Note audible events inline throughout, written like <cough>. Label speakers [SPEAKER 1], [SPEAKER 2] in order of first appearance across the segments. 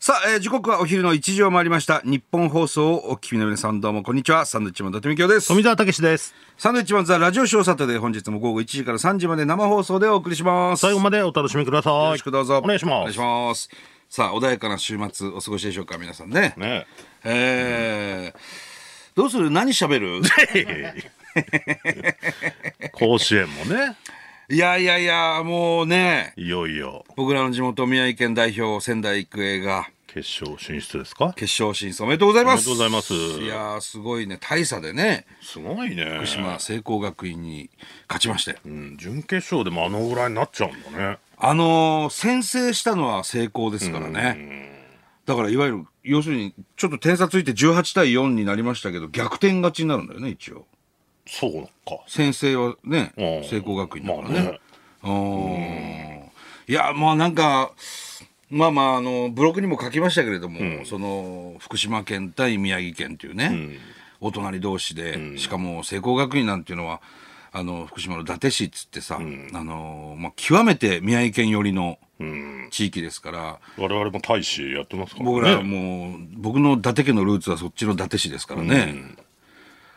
[SPEAKER 1] さあ、えー時刻はお昼の1時を回りました。日本放送をお聞きの皆さんどうもこんにちは。サンドウィッチマン伊達美京です。
[SPEAKER 2] 富澤たけしです。
[SPEAKER 1] サンドウィッチマンザラジオショーサタデー本日も午後1時から3時まで生放送でお送りします。
[SPEAKER 2] 最後までお楽しみください。
[SPEAKER 1] よろしくどうぞ。
[SPEAKER 2] お願いし
[SPEAKER 1] お
[SPEAKER 2] ま
[SPEAKER 1] 願い
[SPEAKER 2] す。
[SPEAKER 1] します。さあ、穏やかな週末お過ごしでしょうか、皆さんね。
[SPEAKER 2] <laughs> ね
[SPEAKER 1] えーどうする何喋
[SPEAKER 2] <laughs>
[SPEAKER 1] る
[SPEAKER 2] え甲子園もね、
[SPEAKER 1] いやいやいや、もうね、
[SPEAKER 2] いよいよ
[SPEAKER 1] 僕らの地元宮城県代表仙台育英が
[SPEAKER 2] 決勝進出ですか。
[SPEAKER 1] 決勝進出おめでとうございます。
[SPEAKER 2] おめでとうございます
[SPEAKER 1] いやー、すごいね、大差でね、
[SPEAKER 2] すごいね。
[SPEAKER 1] 福島聖光学院に勝ちまして。
[SPEAKER 2] うん、準決勝でもあのぐらいになっちゃうんだね。
[SPEAKER 1] あのー先制したのは成功ですからね。だからいわゆる、要するに、ちょっと点差ついて18対4になりましたけど、逆転勝ちになるんだよね、一応。
[SPEAKER 2] そうか。
[SPEAKER 1] 先制はね、
[SPEAKER 2] うん
[SPEAKER 1] 聖光学院だから
[SPEAKER 2] まあね
[SPEAKER 1] ね。うんいや、まあなんか、まあまあ、あの、ブログにも書きましたけれども、その、福島県対宮城県というね、お隣同士で、しかも聖光学院なんていうのは、あの、福島の伊達市っつってさ、あの、まあ、極めて宮城県寄りの地域ですから、
[SPEAKER 2] 我々も大使やってますからね。
[SPEAKER 1] 僕らはもう、僕の伊達家のルーツはそっちの伊達市ですからね、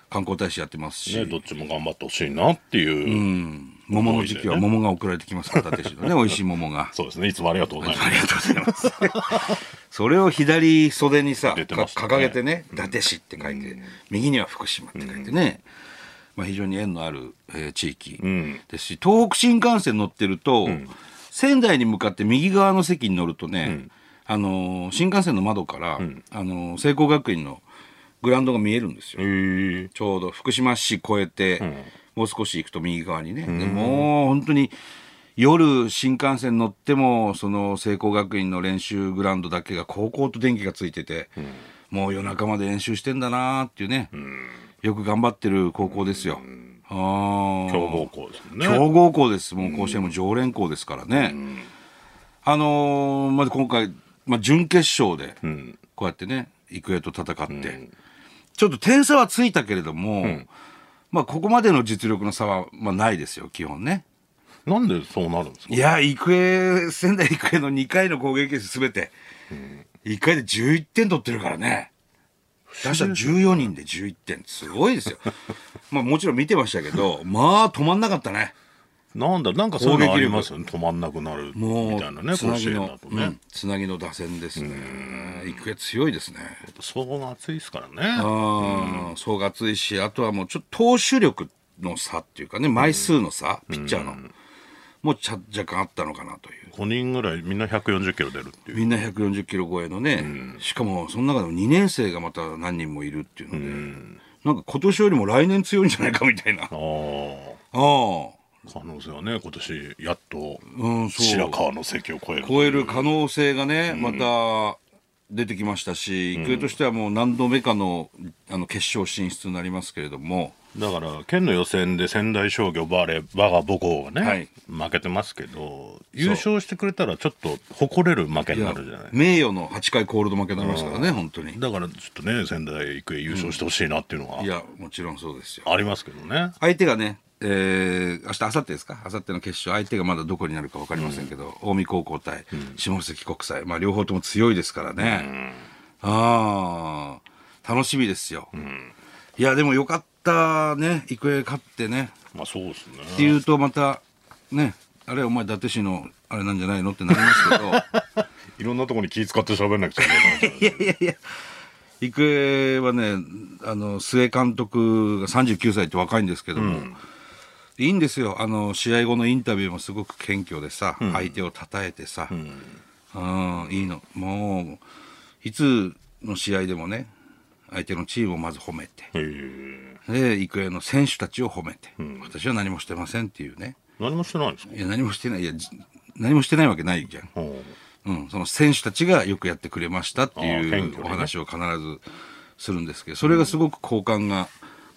[SPEAKER 1] 観光大使やってますし、
[SPEAKER 2] ね、どっちも頑張ってほしいなっていう、
[SPEAKER 1] 桃の時期は桃が送られてきますから、伊達市のね、美味しい桃が。
[SPEAKER 2] そうですね。いつもありがとうございま
[SPEAKER 1] あ
[SPEAKER 2] す。
[SPEAKER 1] りがとうございます。 <laughs> それを左袖にさ、
[SPEAKER 2] 出て
[SPEAKER 1] か
[SPEAKER 2] ましたね
[SPEAKER 1] 掲げてね、伊達市って書いて、右には福島って書いてね、まあ非常に縁のある、えー地域
[SPEAKER 2] ん
[SPEAKER 1] ですし、東北新幹線乗ってると、仙台に向かって右側の席に乗るとね、あのー新幹線の窓から、あのー聖光学院のグラウンドが見えるんですよ。
[SPEAKER 2] えー、
[SPEAKER 1] ちょうど福島市越えて、もう少し行くと右側にね、でもう本当に夜新幹線乗ってもその聖光学院の練習グラウンドだけが高校と電気がついてて、もう夜中まで練習してんだなーっていうね、よく頑張ってる高校ですよ。あー
[SPEAKER 2] 強豪校ですもんね。
[SPEAKER 1] 強豪校です、もう甲子園も常連校ですからね、あのーまず今回、まあ、準決勝で、こうやってね、育英と戦って、ちょっと点差はついたけれども、まあ、ここまでの実力の差は、まあ、ないですよ、基本ね。
[SPEAKER 2] なんでそうなるんですか。
[SPEAKER 1] いや、育英、仙台育英の2回の攻撃です、すべて、1回で11点取ってるからね。打者14人で11点、すごいです
[SPEAKER 2] <laughs>
[SPEAKER 1] よ。まあもちろん見てましたけど、まあ止まんなかったね。
[SPEAKER 2] なんだなんかそういうのありますよね。止まんなくなる
[SPEAKER 1] も
[SPEAKER 2] み
[SPEAKER 1] う
[SPEAKER 2] たいなね。
[SPEAKER 1] つな
[SPEAKER 2] 甲子
[SPEAKER 1] ぎ
[SPEAKER 2] 園
[SPEAKER 1] の
[SPEAKER 2] だと
[SPEAKER 1] う
[SPEAKER 2] ね
[SPEAKER 1] ん。つなぎの打線ですね。育英強いですね。
[SPEAKER 2] 総合が熱いですからね。
[SPEAKER 1] ああ、そうがついし、あとはもうちょっと投手力の差っていうかね、枚数の差、ピッチャーの、もうちゃ若干あったのかなという。
[SPEAKER 2] 5人ぐらいみんな140キロ出るっていう
[SPEAKER 1] みんな140キロ超えのね、しかもその中でも2年生がまた何人もいるっていうので、なんか今年よりも来年強いんじゃないかみたいな。
[SPEAKER 2] <laughs>
[SPEAKER 1] ああ、
[SPEAKER 2] ああ可能性はね今年やっと
[SPEAKER 1] うん、そう。
[SPEAKER 2] 白川の席を超える
[SPEAKER 1] 超える可能性がね、また出てきましたし、育英としてはもう何度目かのあの決勝進出になりますけれども、
[SPEAKER 2] だから県の予選で仙台商業バレー我が母校がね、
[SPEAKER 1] はい
[SPEAKER 2] 負けてますけど優勝してくれたらちょっと誇れる負けになるじゃない
[SPEAKER 1] 名誉の8回コールド負けになりますからね、本当に。
[SPEAKER 2] だからちょっとね仙台育英優勝してほしいなっていうのはい
[SPEAKER 1] や、もちろんそうですよ。
[SPEAKER 2] ありますけどね、
[SPEAKER 1] 相手がね、えー、明日、明後日ですか、明後日の決勝、相手がまだどこになるか分かりませんけど、近江高校対下関国際、まあ、両方とも強いですからね、ああ、楽しみですよ。いや、でもよかったね、育英勝ってね。
[SPEAKER 2] まあそうですね
[SPEAKER 1] っていうとまたねあれお前伊達市のあれなんじゃないのってなりますけど
[SPEAKER 2] いろんなところに気使って喋んなくちゃいけない
[SPEAKER 1] 育英はねあの須江監督が39歳って若いんですけども、いいんですよあの試合後のインタビューもすごく謙虚でさ、相手をたたえてさ、うん、いいのもういつの試合でもね相手のチームをまず褒めて
[SPEAKER 2] <laughs> へえ
[SPEAKER 1] で育英の選手たちを褒めて、私は何もしてませんっていうね
[SPEAKER 2] 何もしてないんですか
[SPEAKER 1] いや何もしてないいやじ何もしてないわけないじゃん
[SPEAKER 2] うん
[SPEAKER 1] うん、その選手たちがよくやってくれましたって
[SPEAKER 2] あー謙
[SPEAKER 1] いう
[SPEAKER 2] 虚で
[SPEAKER 1] お
[SPEAKER 2] ね
[SPEAKER 1] 話を必ずするんですけど、それがすごく好感が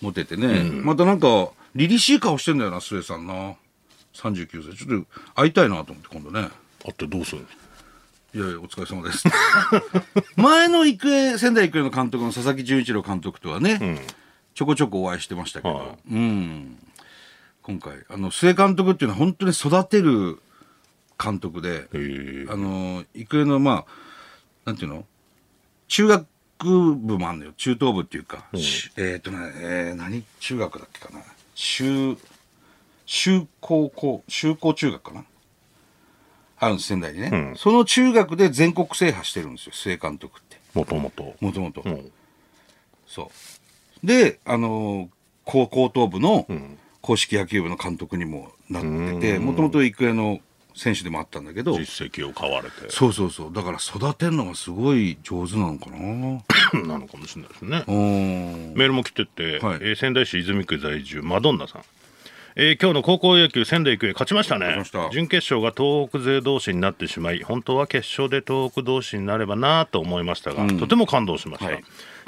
[SPEAKER 1] 持ててね、またなんか、凛々しい顔してんだよな、末さんな。39歳。ちょっと会いたいなと思って、今度ね。
[SPEAKER 2] あってどうするんですか
[SPEAKER 1] いやいや、お疲れ様
[SPEAKER 2] <laughs>
[SPEAKER 1] です。前の育英、仙台育英の監督の佐々木純一郎監督とはね、ちょこちょこお会いしてましたけど、
[SPEAKER 2] は
[SPEAKER 1] うん。今回、あの、須江監督っていうのは本当に育てる監督で、
[SPEAKER 2] へえ
[SPEAKER 1] あの育英のまあなんていうの中学部もあんのよ中等部っていうか、しえーっとね、えー何中学だっけかな修修高校修高中学かなあるんです仙台にね、その中学で全国制覇してるんですよ須江監督って
[SPEAKER 2] もともと
[SPEAKER 1] もともと
[SPEAKER 2] うん
[SPEAKER 1] そうであのー高高等部の硬式野球部の監督にもなっててもともと育英の選手でもあったんだけど
[SPEAKER 2] 実績を買われて
[SPEAKER 1] そうそうそうだから育てるのがすごい上手なのかな
[SPEAKER 2] なのかもしれないですね
[SPEAKER 1] うん
[SPEAKER 2] メールも来てて、
[SPEAKER 1] はい
[SPEAKER 2] えー仙台市泉区在住マドンナさん、えー今日の高校野球仙台育英勝ちましたね
[SPEAKER 1] 勝ちました
[SPEAKER 2] 準決勝が東北勢同士になってしまい本当は決勝で東北同士になればなと思いましたが、とても感動しました、
[SPEAKER 1] はい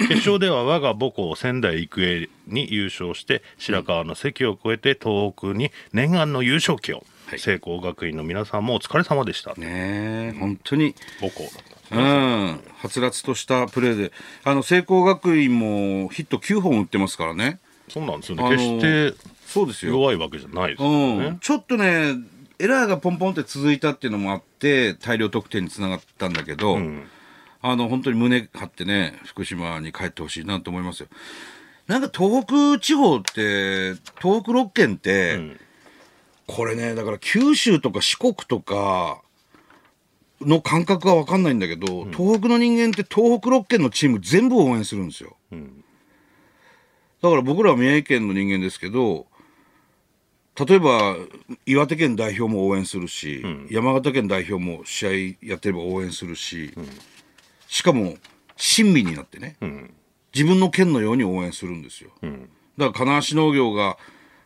[SPEAKER 2] 決勝では我が母校仙台育英に優勝して白河の関を越えて東北に念願の優勝旗を、
[SPEAKER 1] はい
[SPEAKER 2] 聖光学院の皆さんもお疲れ様でした、
[SPEAKER 1] ねえ本当に
[SPEAKER 2] 母校だった
[SPEAKER 1] うんはつらつとしたプレーであの聖光学院もヒット9本打ってますからね
[SPEAKER 2] そうなんですよ
[SPEAKER 1] あ
[SPEAKER 2] ね
[SPEAKER 1] の
[SPEAKER 2] 決して
[SPEAKER 1] そうですよ
[SPEAKER 2] 弱いわけじゃないですよね、
[SPEAKER 1] うん、ちょっとねエラーがポンポンって続いたっていうのもあって大量得点につながったんだけど、あの本当に胸張ってね福島に帰ってほしいなと思いますよ。なんか東北地方って東北6県って、これねだから九州とか四国とかの感覚は分かんないんだけど、東北の人間って東北6県のチーム全部応援するんですよ。だから僕らは宮城県の人間ですけど例えば岩手県代表も応援するし、山形県代表も試合やってれば応援するし、しかも親身になってね、自分の県のように応援するんですよ、だから金足農業が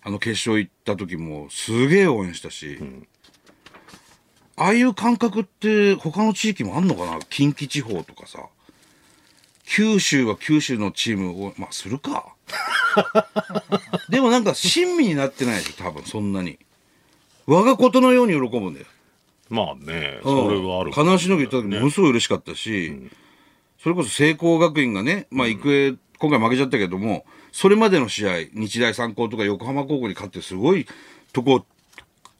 [SPEAKER 1] あの決勝行った時もすげえ応援したし、ああいう感覚って他の地域もあんのかな近畿地方とかさ九州は九州のチームをまあするか <laughs> でもなんか親身になってないでしょ多分そんなに我がことのように喜ぶんだよ
[SPEAKER 2] まあねそれはあるか
[SPEAKER 1] 金
[SPEAKER 2] も
[SPEAKER 1] 足の行った時ものすごい嬉しかったし、それこそ聖光学院がね、まあ、育英、今回負けちゃったけどもそれまでの試合日大三高とか横浜高校に勝ってすごいとこ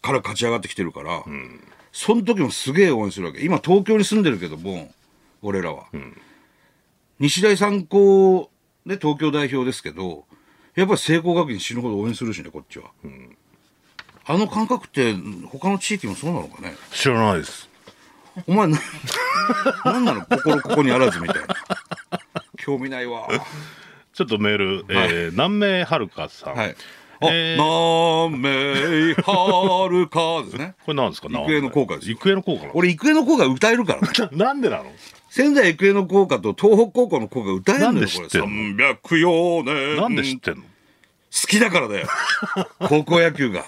[SPEAKER 1] から勝ち上がってきてるから、その時もすげえ応援するわけ今東京に住んでるけども俺らは、日大三高で東京代表ですけどやっぱり聖光学院死ぬほど応援するしねこっちは、あの感覚って他の地域もそうなのかね
[SPEAKER 2] 知らないです
[SPEAKER 1] お前
[SPEAKER 2] <laughs>
[SPEAKER 1] な、なんなの心ここにあらずみたいな。興味ないわ。
[SPEAKER 2] ちょっとメール、えー南明はるかさん、
[SPEAKER 1] はい。あ、
[SPEAKER 2] えー
[SPEAKER 1] 南明はるかですね。
[SPEAKER 2] これなんですか
[SPEAKER 1] 育英の効果です
[SPEAKER 2] 育英の効
[SPEAKER 1] <laughs>
[SPEAKER 2] 果なの
[SPEAKER 1] 俺、育英の効果歌えるからね。
[SPEAKER 2] なんでなの
[SPEAKER 1] 仙台育英の効果と東北高校の効果歌える
[SPEAKER 2] なん
[SPEAKER 1] のよ、
[SPEAKER 2] で
[SPEAKER 1] こ
[SPEAKER 2] 知
[SPEAKER 1] れ。
[SPEAKER 2] ってんの
[SPEAKER 1] 304年。
[SPEAKER 2] <laughs> なんで知ってんの
[SPEAKER 1] 好きだから
[SPEAKER 2] <laughs>
[SPEAKER 1] だよ。高校野球が。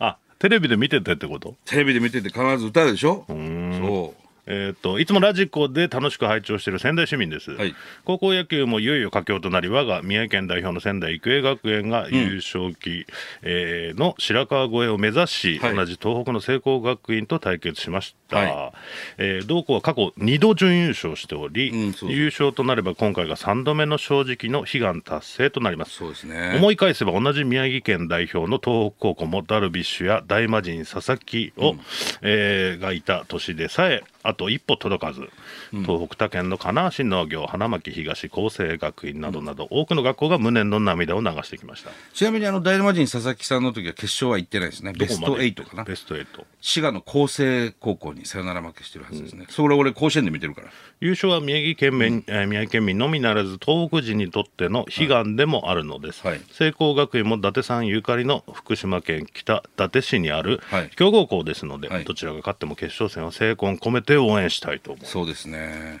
[SPEAKER 2] あテレビで見ててってこと
[SPEAKER 1] テレビで見てて必ず歌うでしょそう。
[SPEAKER 2] えっ、といつもラジコで楽しく拝聴している仙台市民です、
[SPEAKER 1] はい
[SPEAKER 2] 高校野球もいよいよ佳境となり我が宮城県代表の仙台育英学園が優勝旗、えーの白川越えを目指し、
[SPEAKER 1] はい
[SPEAKER 2] 同じ東北の聖光学院と対決しました、
[SPEAKER 1] は
[SPEAKER 2] えー同校は過去2度準優勝しており、
[SPEAKER 1] うんそうそう
[SPEAKER 2] 優勝となれば今回が3度目の正直の悲願達成となります
[SPEAKER 1] そうですね。
[SPEAKER 2] 思い返せば同じ宮城県代表の東北高校もダルビッシュや大魔神佐々木を、えーがいた年でさえあと一歩届かず、東北他県の金足農業花巻東厚生学院などなど、多くの学校が無念の涙を流してきました
[SPEAKER 1] ちなみに、あの、大魔神佐々木さんの時は決勝は行ってないですね。ベスト
[SPEAKER 2] どこまで行
[SPEAKER 1] 8
[SPEAKER 2] って
[SPEAKER 1] かな。
[SPEAKER 2] ベスト8
[SPEAKER 1] 滋賀の厚生高校にサヨナラ負けしてるはずですね、それ俺甲子園で見てるから
[SPEAKER 2] 優勝は宮城県民、えー宮城県民のみならず東北人にとっての悲願でもあるのです、
[SPEAKER 1] はい
[SPEAKER 2] 聖光学院も伊達さんゆかりの福島県北伊達市にある
[SPEAKER 1] はい
[SPEAKER 2] 強豪校ですので、
[SPEAKER 1] はい
[SPEAKER 2] どちらが勝っても決勝戦は成婚込めて応援したいと思う
[SPEAKER 1] そうですね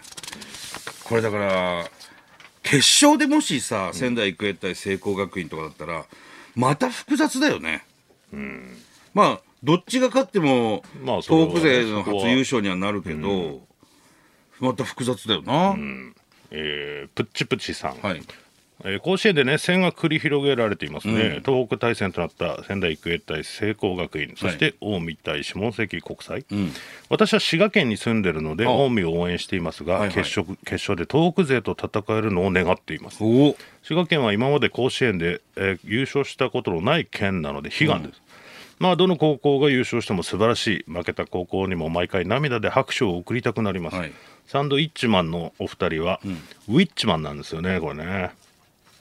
[SPEAKER 1] これだから決勝でもしさ仙台育英対聖光学院とかだったらまた複雑だよね、まあどっちが勝っても
[SPEAKER 2] まあそれは
[SPEAKER 1] 東
[SPEAKER 2] ね
[SPEAKER 1] 北勢の初
[SPEAKER 2] そこは
[SPEAKER 1] 優勝にはなるけど、また複雑だよな、
[SPEAKER 2] えー、プッチプチさん、
[SPEAKER 1] はい
[SPEAKER 2] えー甲子園で熱戦が繰り広げられていますね、東北対戦となった仙台育英対聖光学院そして近江対下関国際、私は滋賀県に住んでるので近江を応援していますが、
[SPEAKER 1] はいはい
[SPEAKER 2] 決勝決勝で東北勢と戦えるのを願っています
[SPEAKER 1] おお
[SPEAKER 2] 滋賀県は今まで甲子園で、えー優勝したことのない県なので悲願です、まあ、どの高校が優勝しても素晴らしい負けた高校にも毎回涙で拍手を送りたくなります、
[SPEAKER 1] はい
[SPEAKER 2] サンドイッチマンのお二人は、ウィッチマンなんですよねこれね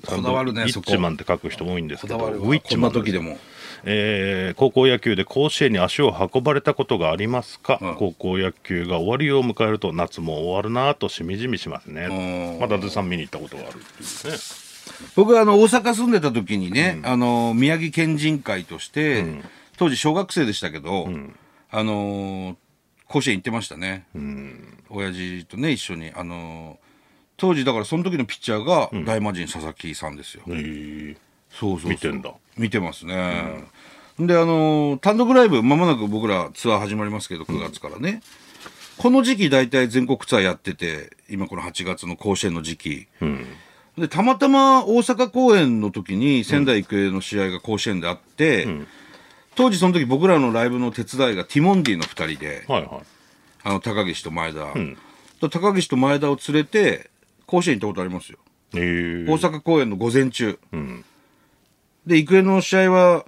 [SPEAKER 1] こだわるね
[SPEAKER 2] サンド
[SPEAKER 1] そ
[SPEAKER 2] ウ
[SPEAKER 1] こ
[SPEAKER 2] ィッチマンって書く人多いんです
[SPEAKER 1] こ
[SPEAKER 2] け
[SPEAKER 1] だ
[SPEAKER 2] ど
[SPEAKER 1] わる
[SPEAKER 2] ウ
[SPEAKER 1] わ
[SPEAKER 2] ィッ
[SPEAKER 1] こ
[SPEAKER 2] チ
[SPEAKER 1] ん
[SPEAKER 2] マ
[SPEAKER 1] な
[SPEAKER 2] ンなん
[SPEAKER 1] 時
[SPEAKER 2] です
[SPEAKER 1] でも
[SPEAKER 2] えー高校野球で甲子園に足を運ばれたことがありますか、
[SPEAKER 1] うん
[SPEAKER 2] 高校野球が終わりを迎えると夏も終わるなぁとしみじみしますね
[SPEAKER 1] うん
[SPEAKER 2] まだ伊達さん見に行ったことがあるっていうね
[SPEAKER 1] 僕はあの大阪住んでた時にね、あの宮城県人会として、当時小学生でしたけど、あのー甲子園行ってましたね、親父とね一緒にあのー当時だからその時のピッチャーが大魔神佐々木さんですよ、
[SPEAKER 2] え
[SPEAKER 1] そうそうそう
[SPEAKER 2] 見てんだ
[SPEAKER 1] 見てますね、であのー単独ライブまもなく僕らツアー始まりますけど9月からね、この時期大体全国ツアーやってて今この8月の甲子園の時期、でたまたま大阪公演の時に仙台育英の試合が甲子園であって、当時その時僕らのライブの手伝いがティモンディの2人で
[SPEAKER 2] ーはいはい
[SPEAKER 1] あの高岸と前田、と高岸と前田を連れて甲子園行ったことありますよ
[SPEAKER 2] えー
[SPEAKER 1] 大阪公演の午前中、で育英の試合は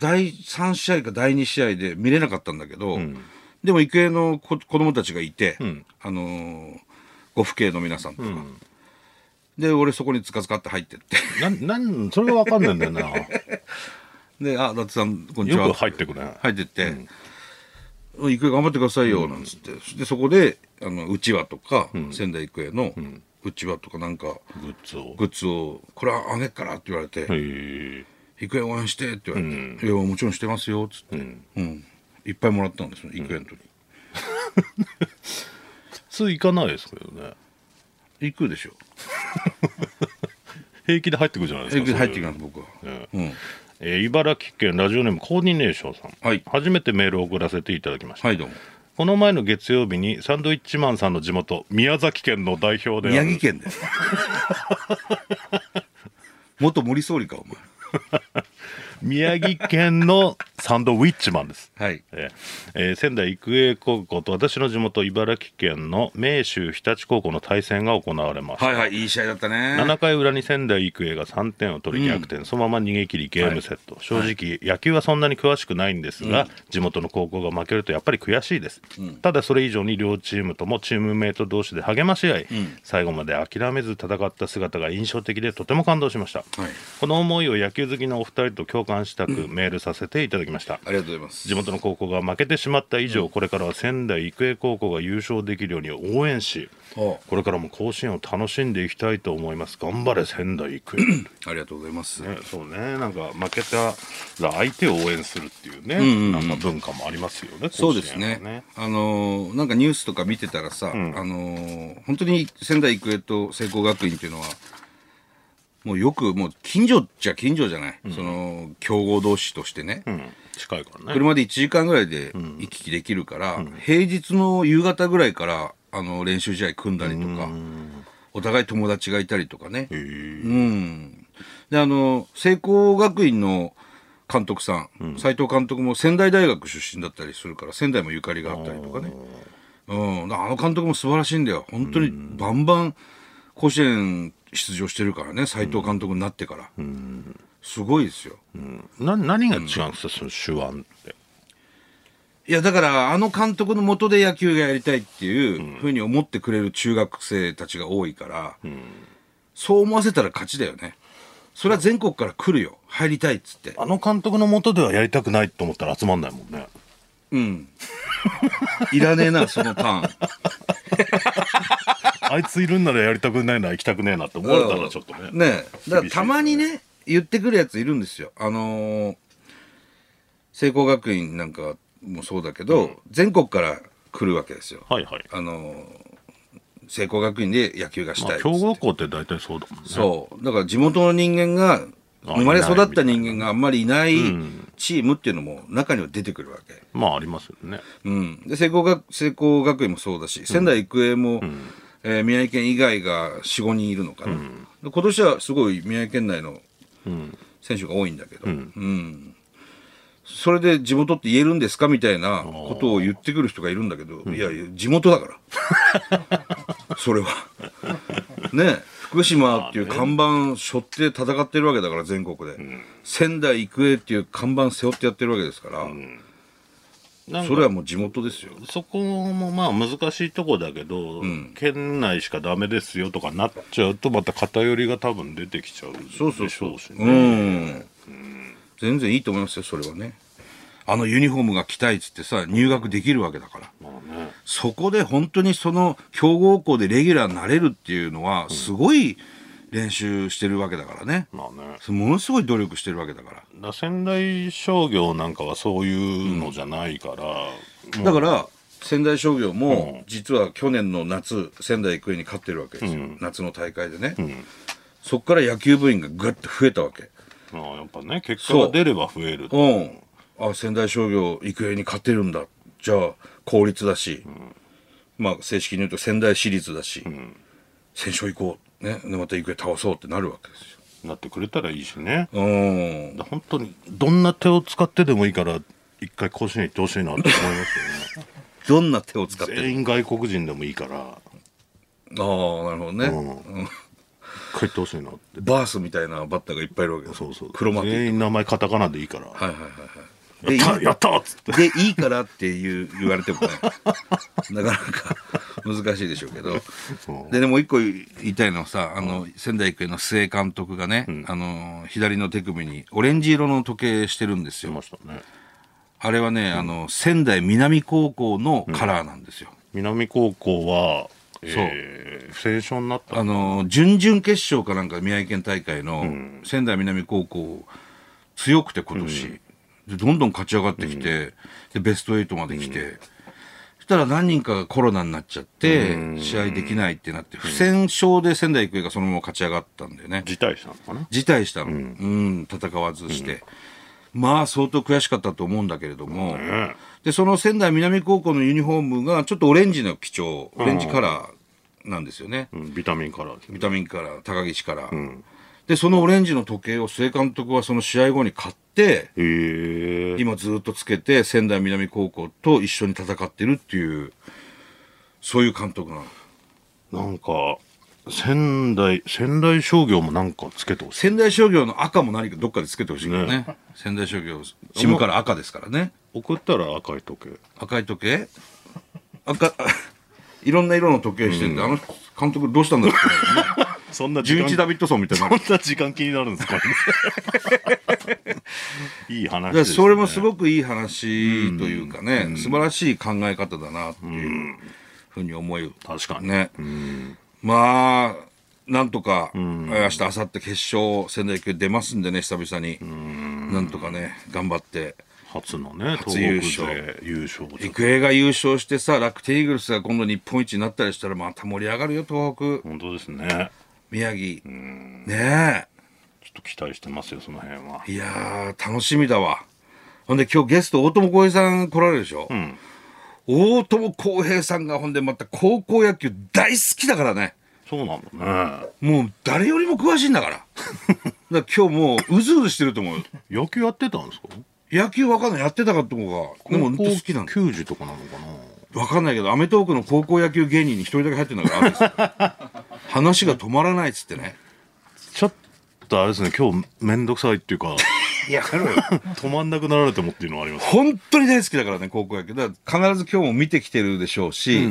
[SPEAKER 1] 第3試合か第2試合で見れなかったんだけど、でも育英の子子供たちがいて、あのーご父兄の皆さんとか、で俺そこにつかつかって入ってって <laughs>
[SPEAKER 2] なんなんそれがわかんないんだよな
[SPEAKER 1] で「あ伊達さんこんにちは」
[SPEAKER 2] よく入ってくね
[SPEAKER 1] 入ってって「育英頑張ってくださいよ」なんつって、でそこであのうちわとか、仙台育英のうちわとかなんか
[SPEAKER 2] グッズを
[SPEAKER 1] グッズを「これはあげっから」って言われて。
[SPEAKER 2] えー
[SPEAKER 1] 育英応援してって言われて、いやもちろんしてますよっつって、うんいっぱいもらったんですよ育英の時、
[SPEAKER 2] 普通行かないですけどね
[SPEAKER 1] 行くでしょ
[SPEAKER 2] 平気で入ってくるじゃないです
[SPEAKER 1] 行
[SPEAKER 2] か
[SPEAKER 1] く入っ
[SPEAKER 2] そう
[SPEAKER 1] て
[SPEAKER 2] い
[SPEAKER 1] き
[SPEAKER 2] う
[SPEAKER 1] ます僕は、
[SPEAKER 2] え
[SPEAKER 1] うん、
[SPEAKER 2] えー茨城県ラジオネームコーディネーションさん、
[SPEAKER 1] はい
[SPEAKER 2] 初めてメールを送らせていただきました
[SPEAKER 1] はいどうも
[SPEAKER 2] この前の月曜日にサンドイッチマンさんの地元宮崎県の代表で
[SPEAKER 1] 宮
[SPEAKER 2] ある
[SPEAKER 1] 城県だ
[SPEAKER 2] <laughs>
[SPEAKER 1] よ元森総理かお前
[SPEAKER 2] 宮城県のサンドウィッチマンです。
[SPEAKER 1] はい
[SPEAKER 2] えーえー仙台育英高校と私の地元茨城県の明秀日立高校の対戦が行われました、
[SPEAKER 1] はいはいいい試合だったね
[SPEAKER 2] 7回裏に仙台育英が3点を取り逆転、そのまま逃げ切りゲームセット、正直、野球はそんなに詳しくないんですが、地元の高校が負けるとやっぱり悔しいです、ただそれ以上に両チームともチームメート同士で励まし合い、最後まで諦めず戦った姿が印象的でとても感動しました、
[SPEAKER 1] はい
[SPEAKER 2] この思いを野球好きのお二人と共感したくメールさせていただきました、
[SPEAKER 1] ありがとうございます
[SPEAKER 2] 地元の高校が負けてしまった以上、これからは仙台育英高校が優勝できるように応援し
[SPEAKER 1] お
[SPEAKER 2] これからも甲子園を楽しんでいきたいと思います頑張れ仙台育英、 <coughs>
[SPEAKER 1] ありがとうございます、
[SPEAKER 2] ね、そうねなんか負けたら相手を応援するっていうね、なんか文化もありますよね
[SPEAKER 1] そうですね
[SPEAKER 2] 甲子園はね
[SPEAKER 1] あのーなんかニュースとか見てたらさ、あのー本当に仙台育英と聖光学院っていうのはもうよくもう近所っちゃ近所じゃない、その強豪同士としてね、
[SPEAKER 2] うん近いからね
[SPEAKER 1] 車で1時間ぐらいで行き来できるから、平日の夕方ぐらいからあの練習試合組んだりとか、お互い友達がいたりとかね、うん、であの聖光学院の監督さん斎、藤監督も仙台大学出身だったりするから仙台もゆかりがあったりとかね、うん、だからあの監督も素晴らしいんだよ本当にバンバン甲子園出場してるからね斎藤監督になってから、すごいですよ。
[SPEAKER 2] な何が違うんですか、その手腕って
[SPEAKER 1] いやだからあの監督のもとで野球がやりたいっていうふうに思ってくれる中学生たちが多いから、そう思わせたら勝ちだよねそれは全国から来るよ入りたいっつって
[SPEAKER 2] あの監督のもとではやりたくないと思ったら集まんないも <laughs> んね
[SPEAKER 1] うんいらねえなそのターン
[SPEAKER 2] あいついるんならやりたくないな行きたくねえなって思われたらちょっとね、
[SPEAKER 1] ねえだからたまにね言ってくるやついるんですよあのー聖光学院なんかもそうだけど、全国から来るわけですよ
[SPEAKER 2] はいはい
[SPEAKER 1] あのー聖光学院で野球がし
[SPEAKER 2] ま
[SPEAKER 1] たい
[SPEAKER 2] あ
[SPEAKER 1] っつって
[SPEAKER 2] 強豪校って大体そうだもんね
[SPEAKER 1] そう。だから地元の人間が、
[SPEAKER 2] あ
[SPEAKER 1] 生まれ
[SPEAKER 2] いない
[SPEAKER 1] 育った人間があんまりいないチームっていうのも中には出てくるわけ。
[SPEAKER 2] まあありますよね
[SPEAKER 1] うん。で、聖光学、聖光学院もそうだし、仙台育英も、えー宮城県以外が4、5人いるのかな。で今年はすごい宮城県内の選手が多いんだけど、うん。それで地元って言えるんですかみたいなことを言ってくる人がいるんだ <laughs> けど、いやいや、地元だから。それは。ねえ福島っていう看板背負って戦ってるわけだから全国で、仙台育英っていう看板背負ってやってるわけですから、
[SPEAKER 2] なん
[SPEAKER 1] それ
[SPEAKER 2] か
[SPEAKER 1] はもう地元ですよ
[SPEAKER 2] そこもまあ難しいとこだけど、県内しかダメですよとかなっちゃうとまた偏りが多分出てきちゃうでしょ
[SPEAKER 1] そううそうそう
[SPEAKER 2] し
[SPEAKER 1] う
[SPEAKER 2] ね。
[SPEAKER 1] ん全然いいと思いますよそれはねあのユニフォームが着たいっつってさ入学できるわけだから
[SPEAKER 2] まあね
[SPEAKER 1] そこで本当にその強豪校でレギュラーになれるっていうのはすごい練習してるわけだからね、
[SPEAKER 2] まあね
[SPEAKER 1] ものすごい努力してるわけだから
[SPEAKER 2] だから仙台商業なんかはそういうのじゃないから、もう
[SPEAKER 1] だから仙台商業も実は去年の夏仙台育英に勝ってるわけですよ、夏の大会でね、そこから野球部員がぐっと増えたわけ
[SPEAKER 2] まあやっぱね結果が出れば増える
[SPEAKER 1] うんあ仙台商業育英に勝てるんだじゃあ公立だし、まあ正式に言うと仙台市立だし、戦勝行こう、ね、でまた育英倒そうってなるわけですよ
[SPEAKER 2] なってくれたらいいしね
[SPEAKER 1] うん
[SPEAKER 2] だから本当にどんな手を使ってでもいいから一回甲子園行ってほしいなって思い <laughs> ますよね
[SPEAKER 1] どんな手を使って
[SPEAKER 2] 全
[SPEAKER 1] る
[SPEAKER 2] 員外国人でもいいから
[SPEAKER 1] ああなるほどね、
[SPEAKER 2] うん
[SPEAKER 1] うん
[SPEAKER 2] 一回行ってほしいなって
[SPEAKER 1] バースみたいなバッターがいっぱいいるわけです
[SPEAKER 2] そうそう
[SPEAKER 1] 黒幕はい
[SPEAKER 2] 全員名前カタカナでいいから、
[SPEAKER 1] はいはいはいでい
[SPEAKER 2] やったやったっつって
[SPEAKER 1] でいいからっていう言われ <laughs> てもねなかなか難しいでしょうけど
[SPEAKER 2] そう
[SPEAKER 1] ででもう一個言いたいのはさあの、仙台育英の須江監督がね、あの左の手首にオレンジ色の時計してるんです
[SPEAKER 2] 出
[SPEAKER 1] よ、
[SPEAKER 2] ましたね
[SPEAKER 1] あれはね、あの仙台南高校のカラーなんですよ、
[SPEAKER 2] 南高校は、えー、不戦勝になった
[SPEAKER 1] あの準々決勝かなんか宮城県大会の仙台南高校強くて今年、でどんどん勝ち上がってきて、でベスト8まで来て、そしたら何人かがコロナになっちゃって、試合できないってなって不戦勝で仙台育英がそのまま勝ち上がったんだよね
[SPEAKER 2] 辞退したのかな
[SPEAKER 1] 辞退したの、うん戦わずして、まあ相当悔しかったと思うんだけれども、
[SPEAKER 2] ね
[SPEAKER 1] でその仙台南高校のユニフォームがちょっとオレンジの基調オレンジカラーなんですよね、
[SPEAKER 2] うん、ビタミンカラーですね
[SPEAKER 1] ビタミンから高岸から、でそのオレンジの時計を須江監督はその試合後に買って
[SPEAKER 2] へえ
[SPEAKER 1] 今ずっとつけて仙台南高校と一緒に戦ってるっていうそういう監督なの
[SPEAKER 2] なんか仙台仙台商業もなんかつけてほしい
[SPEAKER 1] 仙台商業の赤も何かどっかでつけてほしいけどね仙台商業チームから赤ですからね
[SPEAKER 2] 送ったら赤い時計
[SPEAKER 1] 赤い時計赤 <laughs> いろんな色の時計してて、あの監督どうしたんだろ <laughs> うね
[SPEAKER 2] そんな
[SPEAKER 1] 純一ダビッドソンみたいになる
[SPEAKER 2] そんな時間気になるんです <laughs> かねいい話
[SPEAKER 1] だから
[SPEAKER 2] です、ね、
[SPEAKER 1] それもすごくいい話というかね、素晴らしい考え方だなっていうふうに思う、
[SPEAKER 2] 確かに、
[SPEAKER 1] ね、まあなんとか、明日明後日決勝仙台育英出ますんでね久々に、なんとかね頑張って
[SPEAKER 2] 初のね
[SPEAKER 1] 初
[SPEAKER 2] 東
[SPEAKER 1] 優
[SPEAKER 2] 北
[SPEAKER 1] 勝
[SPEAKER 2] 勢優勝ちょっと
[SPEAKER 1] 育英が優勝してさ楽天イーグルスが今度日本一になったりしたらまた盛り上がるよ東北
[SPEAKER 2] 本当ですね
[SPEAKER 1] 宮城ね
[SPEAKER 2] ちょっと期待してますよその辺は
[SPEAKER 1] えいやー楽しみだわほんで今日ゲスト大友康平さん来られるでしょ、
[SPEAKER 2] うん
[SPEAKER 1] 大友康平さんがほんでまた高校野球大好きだからね
[SPEAKER 2] そうなんだね
[SPEAKER 1] もう誰よりも詳しいんだからだ
[SPEAKER 2] <laughs>
[SPEAKER 1] から今日もううずうずしてると思う
[SPEAKER 2] 野球やってたんですか
[SPEAKER 1] 野球わかんないやってたかと思うがでも本当好きなんだ
[SPEAKER 2] 球児とかなのかな
[SPEAKER 1] わかんないけど『アメトーーク』の高校野球芸人に一人だけ入ってるんだからアーティスト
[SPEAKER 2] <laughs>
[SPEAKER 1] 話が止まらないっつってね
[SPEAKER 2] ちょっとあれですね今日めんどくさいってい
[SPEAKER 1] <laughs>
[SPEAKER 2] うか
[SPEAKER 1] やめろよ
[SPEAKER 2] 止まんなくなられてもっていうのはあります
[SPEAKER 1] 本当に大好きだからね高校野球だから必ず今日も見てきてるでしょうし、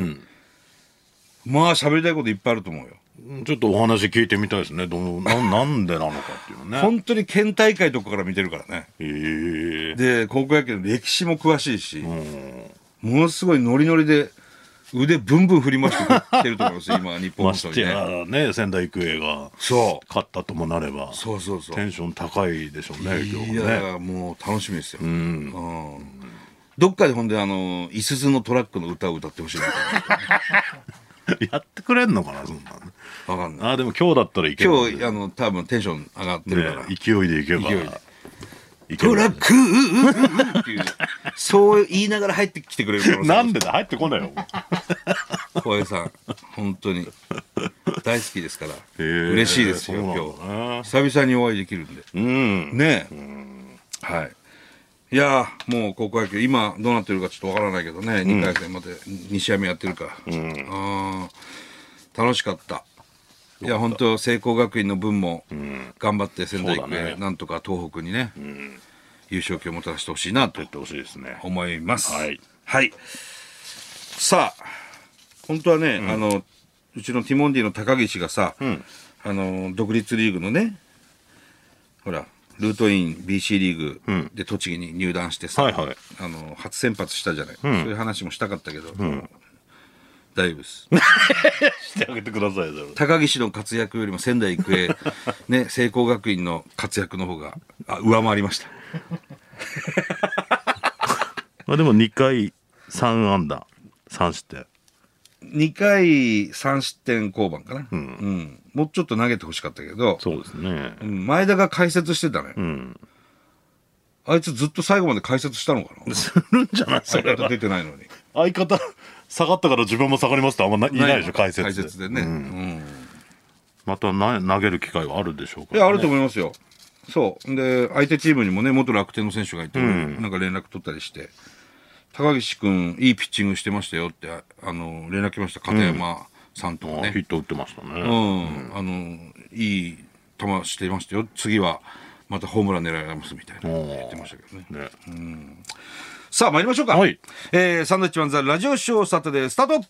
[SPEAKER 1] まあ喋りたいこといっぱいあると思うよ
[SPEAKER 2] ちょっとお話聞いてみたいですねどうななんでなのかっていうのね
[SPEAKER 1] 本当に県大会とかから見てるからね
[SPEAKER 2] ええ
[SPEAKER 1] で高校野球の歴史も詳しいし、ものすごいノリノリで腕ぶんぶん振り回してきてると思いますよ
[SPEAKER 2] <laughs>
[SPEAKER 1] 今日本
[SPEAKER 2] ま
[SPEAKER 1] 放送
[SPEAKER 2] し
[SPEAKER 1] に
[SPEAKER 2] て
[SPEAKER 1] ね
[SPEAKER 2] やね仙台育英が
[SPEAKER 1] そう
[SPEAKER 2] 勝ったともなれば
[SPEAKER 1] そうそうそう
[SPEAKER 2] テンション高いでしょうね今日
[SPEAKER 1] い
[SPEAKER 2] もね
[SPEAKER 1] やもう楽しみですよ、うんどっかでほんであの「いすゞのトラック」の歌を歌ってほしいな
[SPEAKER 2] やってくれんのかなそんなの
[SPEAKER 1] わかんない
[SPEAKER 2] <laughs> あーでも今日だったらいける
[SPEAKER 1] 今日あの多分テンション上がってるから、
[SPEAKER 2] ね勢いでいけば
[SPEAKER 1] 勢いで
[SPEAKER 2] いけ
[SPEAKER 1] ト
[SPEAKER 2] る
[SPEAKER 1] ラックーっていうそう言いながら入ってきてくれる可能性も
[SPEAKER 2] なんでだ入ってこないよ
[SPEAKER 1] 小江さん本当に大好きですから嬉しいですよ今
[SPEAKER 2] そうなんだね
[SPEAKER 1] 日久々にお会いできるんで
[SPEAKER 2] うん
[SPEAKER 1] ねえはいいやーもう高校野球今どうなってるかちょっとわからないけどね、2回戦まで2試合目やってるから、あー楽しかったいや本当聖光学院の分も頑張って仙台育
[SPEAKER 2] そうだ
[SPEAKER 1] 英
[SPEAKER 2] ね
[SPEAKER 1] なんとか東北にね優勝旗をもたらしてほしいなと
[SPEAKER 2] やってほしいですね。
[SPEAKER 1] 思います。
[SPEAKER 2] はい、
[SPEAKER 1] はいさあ本当はね、あのうちのティモンディの高岸がさ、
[SPEAKER 2] ん
[SPEAKER 1] あの独立リーグのねほらルートイン BC リーグ
[SPEAKER 2] ん
[SPEAKER 1] で栃木に入団してさ、
[SPEAKER 2] はいはい
[SPEAKER 1] あの初先発したじゃない、そういう話もしたかったけど、大丈夫です。
[SPEAKER 2] してあげてくださいよそ
[SPEAKER 1] 高岸の活躍よりも仙台育英、ね、聖光学院の活躍の方があ上回りました。
[SPEAKER 2] れまあでも2回3安打3失点。
[SPEAKER 1] 2回3失点降板かな、うんもうちょっと投げてほしかったけど、
[SPEAKER 2] そうですね。
[SPEAKER 1] うん前田が解説してたね、
[SPEAKER 2] うん。
[SPEAKER 1] あいつずっと最後まで解説したのかな
[SPEAKER 2] するんじゃない <laughs> それ
[SPEAKER 1] 相方
[SPEAKER 2] は。
[SPEAKER 1] 出てないのに
[SPEAKER 2] 相方下がったから自分も下がりますってあんまないないでしょ解説
[SPEAKER 1] 解説でね、うん
[SPEAKER 2] またな投げる機会はあるでしょうか
[SPEAKER 1] いや
[SPEAKER 2] らね、
[SPEAKER 1] あると思いますよそうで相手チームにもね元楽天の選手がいて、なんか連絡取ったりして高岸君いいピッチングしてましたよってああの連絡来ました片山さんとかね、
[SPEAKER 2] あヒット打ってましたね。
[SPEAKER 1] うん、あのいい球してましたよ次はまたホームラン狙いますみたいなこと言ってましたけどね
[SPEAKER 2] ね
[SPEAKER 1] さあ参りましょうか、
[SPEAKER 2] はい
[SPEAKER 1] えーサンドウィッチマンザラジオショーサタデースタート